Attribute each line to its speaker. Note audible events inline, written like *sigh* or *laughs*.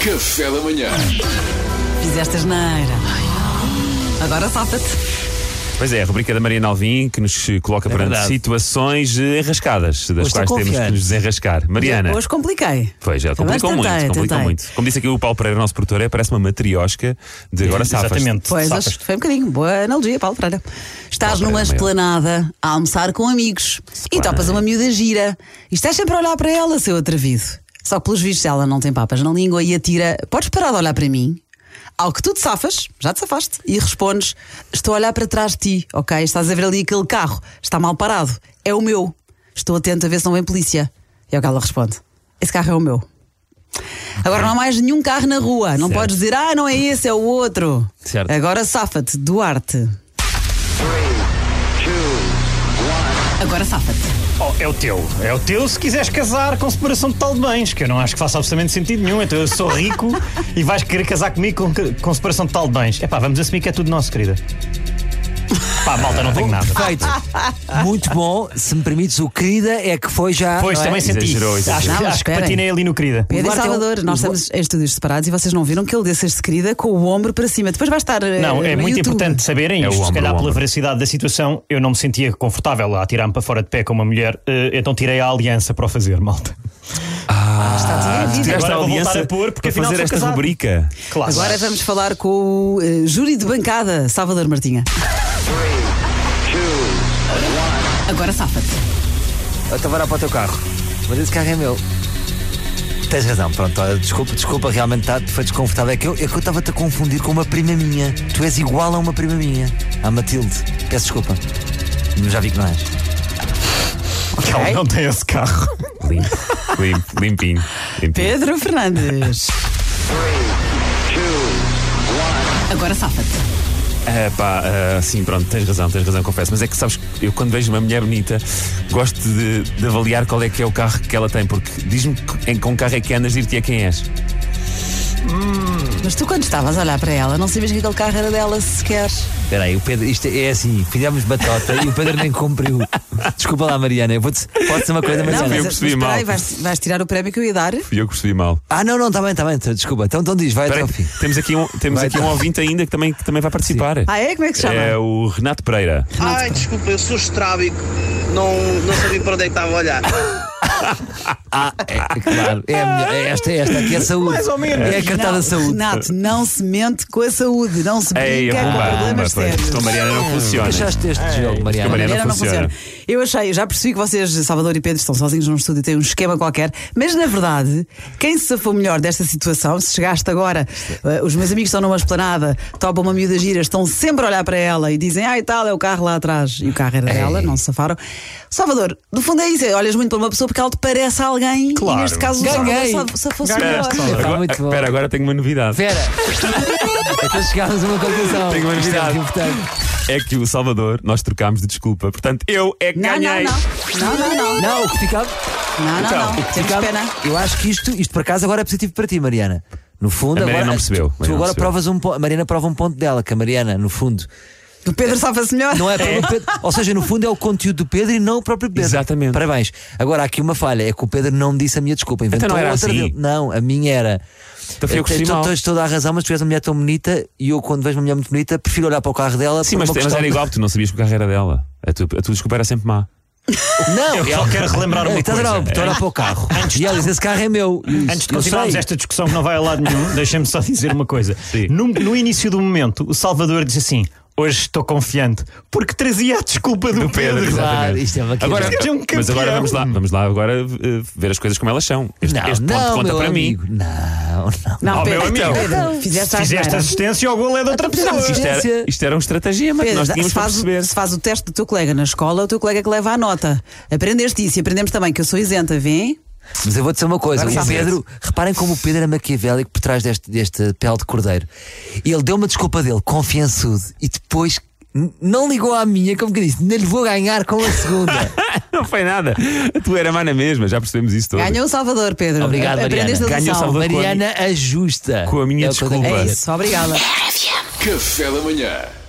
Speaker 1: Café da manhã.
Speaker 2: Fizeste asneira. Agora safa-te.
Speaker 3: Pois é, a rubrica da Maria Alvim que nos coloca perante
Speaker 4: verdade.
Speaker 3: situações eh, enrascadas, das
Speaker 4: Hoje
Speaker 3: quais
Speaker 4: estou
Speaker 3: temos que
Speaker 4: confiante.
Speaker 3: nos desenrascar. Mariana.
Speaker 2: Hoje compliquei.
Speaker 3: Pois é,
Speaker 2: Mas
Speaker 3: complicam muito,
Speaker 2: tentei,
Speaker 3: complicam
Speaker 2: tentei.
Speaker 3: muito. Como disse aqui o Paulo Pereira, nosso produtor, é, parece uma matriosca de agora safas.
Speaker 4: Exatamente.
Speaker 2: Pois,
Speaker 4: Safas.
Speaker 2: acho que foi um bocadinho. Boa analogia, Paulo Pereira. Estás
Speaker 3: Paulo
Speaker 2: numa
Speaker 3: Pereira,
Speaker 2: esplanada a almoçar com amigos e
Speaker 3: bem.
Speaker 2: topas uma miúda gira. E estás sempre a olhar para ela, seu atrevido. Só que, pelos vistos, ela não tem papas na língua e atira: Podes parar de olhar para mim? Ao que tu te safas, já te safaste, e respondes: Estou a olhar para trás de ti, ok? Estás a ver ali aquele carro, está mal parado, é o meu. Estou atento a ver se não vem polícia. E é o que ela responde: Esse carro é o meu. Agora não há mais nenhum carro na rua. Não
Speaker 4: Certo.
Speaker 2: podes dizer, ah, não é esse, é o outro.
Speaker 4: Certo.
Speaker 2: Agora safa-te, Duarte. Agora safa-te.
Speaker 4: Oh, é o teu. É o teu se quiseres casar com separação total de bens, que eu não acho que faça absolutamente sentido nenhum. Então eu sou rico e vais querer casar comigo com, com separação total de bens. É pá, vamos assumir que é tudo nosso, querida. Pá, malta, não tenho nada.
Speaker 5: Perfeito. Muito bom. Se me permites, o querida é que foi já.
Speaker 4: Pois,
Speaker 5: não é?
Speaker 4: também senti.
Speaker 3: Exagerou, exagerou.
Speaker 4: Acho,
Speaker 2: Não,
Speaker 4: que-
Speaker 2: mas
Speaker 4: acho que
Speaker 2: esperem.
Speaker 4: patinei ali no querida.
Speaker 2: Pedro e
Speaker 5: Duarte é o-
Speaker 2: Salvador, nós estamos em estúdios separados e vocês não viram que ele desse este querida com o ombro para cima. Depois vai estar. eh,
Speaker 4: Não, é
Speaker 2: no
Speaker 4: muito
Speaker 2: YouTube.
Speaker 4: importante saberem
Speaker 3: É o
Speaker 4: isto. se
Speaker 3: ombro,
Speaker 4: calhar
Speaker 3: o
Speaker 4: pela
Speaker 3: ombro.
Speaker 4: veracidade da situação, eu não me sentia confortável a atirar-me para fora de pé com uma mulher, eh, então tirei a aliança para o fazer, malta.
Speaker 2: Está tudo em
Speaker 4: Ah, Agora
Speaker 2: vídeo.
Speaker 3: Tiraste a
Speaker 4: vou voltar
Speaker 3: aliança
Speaker 4: a pôr, porque
Speaker 3: para
Speaker 4: afinal
Speaker 3: fazer
Speaker 4: sou
Speaker 3: esta
Speaker 4: casado.
Speaker 3: rubrica.
Speaker 4: Claro.
Speaker 2: Agora vamos falar com o eh, júri de bancada, Salvador Martinha. Agora safa-te.
Speaker 5: Eu estava a olhar Então para o teu carro. Mas esse carro é meu. Tens razão, pronto, olha, desculpa, desculpa, realmente tá, foi desconfortável. É que eu é que eu estava-te a confundir com uma prima minha. Tu és igual a uma prima minha, a Matilde. Peço desculpa. Já vi que não és.
Speaker 4: Ele não tem esse carro.
Speaker 3: Limpo, limpo, limpinho. limpinho.
Speaker 2: Pedro Fernandes. Agora safa-te.
Speaker 3: É pá, ah, sim, pronto, tens razão, tens razão, confesso. Mas é que sabes, eu quando vejo uma mulher bonita, gosto de, de avaliar qual é que é o carro que ela tem, porque diz-me que- em com carro é que andas, dir-te é quem és.
Speaker 2: Mas tu quando estavas a olhar para ela, não sabias que aquele carro era dela sequer.
Speaker 5: Espera aí, o Pedro, isto é assim, fizemos batota e o Pedro nem cumpriu. Desculpa lá, Mariana, eu vou-te. Pode ser uma coisa, mas.
Speaker 2: mas,
Speaker 3: eu percebi
Speaker 2: mas espera
Speaker 3: mal.
Speaker 2: aí, vais, vais tirar o prémio que eu ia dar?
Speaker 3: E eu percebi mal.
Speaker 5: Ah, não, não, está bem, está bem, tá- desculpa. Então, então diz, vai
Speaker 3: Espera
Speaker 5: até ao
Speaker 3: aí,
Speaker 5: fim.
Speaker 3: temos aqui um, temos
Speaker 5: Vai,
Speaker 3: aqui um
Speaker 5: tá.
Speaker 3: ouvinte ainda que também, que também vai participar.
Speaker 2: Ah, é? Como é que se chama?
Speaker 3: É o Renato Pereira.
Speaker 6: Ai, desculpa, eu sou estrábico. Não, não sabia para onde é que estava a olhar.
Speaker 5: Ah, é, claro, é a melhor, é esta, é esta aqui é a saúde.
Speaker 4: Mais ou menos.
Speaker 5: É a cartada
Speaker 2: não,
Speaker 5: da saúde.
Speaker 2: Renato, não se mente com a saúde, não se brinca
Speaker 3: Ei, a
Speaker 2: com
Speaker 3: bomba, bomba,
Speaker 2: problemas Ah,
Speaker 3: pois.
Speaker 2: sérios.
Speaker 3: Então, Mariana não funciona.
Speaker 5: Achaste este
Speaker 3: É.
Speaker 5: jogo,
Speaker 3: Mariana
Speaker 5: Mariana?
Speaker 2: Mariana
Speaker 3: não
Speaker 2: não funciona. Eu achei, eu já percebi que vocês, Salvador e Pedro, estão sozinhos num estúdio e têm um esquema qualquer, mas na verdade, quem se safou melhor desta situação, se chegaste agora, eh, os meus amigos estão numa esplanada, topam uma miúda gira, estão sempre a olhar para ela e dizem, ai tal, é o carro lá atrás. E o carro era dela, não se safaram. Salvador, no fundo é isso, é, olhas muito para uma pessoa porque ela te parece alguém
Speaker 4: Claro.
Speaker 2: e neste caso
Speaker 5: Ganhei.
Speaker 2: o Salvador se fosse
Speaker 4: Ganhaste,
Speaker 2: melhor.
Speaker 4: Salvador.
Speaker 5: Está
Speaker 3: Agora-
Speaker 5: muito bom.
Speaker 3: Espera, agora tenho uma novidade.
Speaker 5: Espera. Então chegámos a uma conclusão.
Speaker 3: Tenho uma
Speaker 5: Isto é
Speaker 3: novidade.
Speaker 5: muito importante.
Speaker 3: É que o Salvador, nós trocámos de desculpa. Portanto, eu é que
Speaker 2: Não, não,
Speaker 3: ganhei.
Speaker 2: não. Não, não, não.
Speaker 5: Não, o que ficava.
Speaker 2: Não, não,
Speaker 3: Então,
Speaker 2: não. Temos
Speaker 5: ficava-
Speaker 2: pena.
Speaker 5: Eu acho que isto, isto por acaso agora é positivo para ti, Mariana. No fundo,
Speaker 3: A Mariana
Speaker 5: agora,
Speaker 3: não percebeu.
Speaker 5: tu-
Speaker 3: Mariana
Speaker 5: Tu
Speaker 3: não
Speaker 5: agora
Speaker 3: percebeu.
Speaker 5: provas um ponto. A Mariana prova um ponto dela, que a Mariana, no fundo,
Speaker 2: O Pedro safa-se melhor.
Speaker 5: não é, pelo Pedro. Ou seja, no fundo é o conteúdo do Pedro e não o próprio Pedro.
Speaker 3: Exatamente.
Speaker 5: Parabéns. Agora há aqui uma falha, é que o Pedro não me disse a minha desculpa. Inventou
Speaker 3: não era
Speaker 5: outra
Speaker 3: assim?
Speaker 5: dele. Não, a minha era.
Speaker 3: Então fui eu que
Speaker 5: Eh,
Speaker 3: estive
Speaker 5: tu
Speaker 3: mal.
Speaker 5: tens toda a razão, mas tu és uma mulher tão bonita e eu, quando vejo uma mulher muito bonita, prefiro olhar para o carro dela.
Speaker 3: Sim,
Speaker 5: por
Speaker 3: mas,
Speaker 5: uma
Speaker 3: mas
Speaker 5: questão
Speaker 3: era
Speaker 5: de- *laughs*
Speaker 3: igual, porque tu não sabias que o carro era dela. A tua, a tua desculpa era sempre má.
Speaker 5: Não,
Speaker 4: Eu só quero relembrar uma
Speaker 5: Estás a
Speaker 4: coisa. É
Speaker 5: olhar estou a olhar para o carro. E ela diz: esse carro é meu. E eu disse,
Speaker 4: Antes de
Speaker 5: "Eu
Speaker 4: continuarmos
Speaker 5: sei."
Speaker 4: esta discussão que não vai a lado nenhum, deixa-me só dizer uma coisa.
Speaker 3: Sim.
Speaker 4: No, no início do momento, o Salvador disse assim: Hoje estou confiante, porque trazia a desculpa do, Pedro.
Speaker 5: Claro,
Speaker 3: exatamente.
Speaker 5: isto é uma
Speaker 3: agora,
Speaker 4: quebra. Este é um
Speaker 3: Mas agora
Speaker 4: campeão.
Speaker 3: vamos lá, vamos lá agora eh, ver as coisas como elas são. Este,
Speaker 5: Não,
Speaker 3: este ponto
Speaker 5: não,
Speaker 3: conta
Speaker 5: meu
Speaker 3: para mim.
Speaker 5: amigo. Não, não.
Speaker 2: Não,
Speaker 4: Oh,
Speaker 2: Pedro,
Speaker 4: meu
Speaker 2: Pedro,
Speaker 4: amigo.
Speaker 2: Pedro, fizeste Então,
Speaker 4: Se
Speaker 2: a
Speaker 4: fizeste
Speaker 2: asneira.
Speaker 4: assistência, o gol é de outra pessoa.
Speaker 5: Não,
Speaker 3: Isto era, isto era um estratagema que
Speaker 2: Pedro,
Speaker 3: nós
Speaker 2: se
Speaker 3: tínhamos para
Speaker 2: faz, o-
Speaker 3: perceber.
Speaker 2: se faz o teste do teu colega na escola, é o teu colega que leva a nota. Aprendeste isso e aprendemos também que eu sou isenta, vem?
Speaker 5: Mas eu vou dizer uma coisa:
Speaker 2: Agora
Speaker 5: o
Speaker 2: sabe.
Speaker 5: Pedro, reparem como o Pedro é maquiavélico por trás deste, deste pele de cordeiro. Ele deu uma desculpa dele, confiançudo, e depois n- não ligou à minha, como que disse, não lhe vou ganhar com
Speaker 3: *laughs*
Speaker 5: a segunda.
Speaker 3: Não foi nada. A tua era má na mesma, já percebemos isso todos.
Speaker 2: Ganhou o Salvador, Pedro.
Speaker 5: Obrigado,
Speaker 2: Aprendeste a
Speaker 5: Mariana.
Speaker 3: Ganhou o
Speaker 2: lição.
Speaker 3: Salvador.
Speaker 5: Mariana ajusta.
Speaker 3: com a minha
Speaker 5: É o que eu tenho
Speaker 3: desculpa.
Speaker 5: que
Speaker 2: É
Speaker 5: dizer.
Speaker 2: isso, obrigada.
Speaker 1: Café da manhã.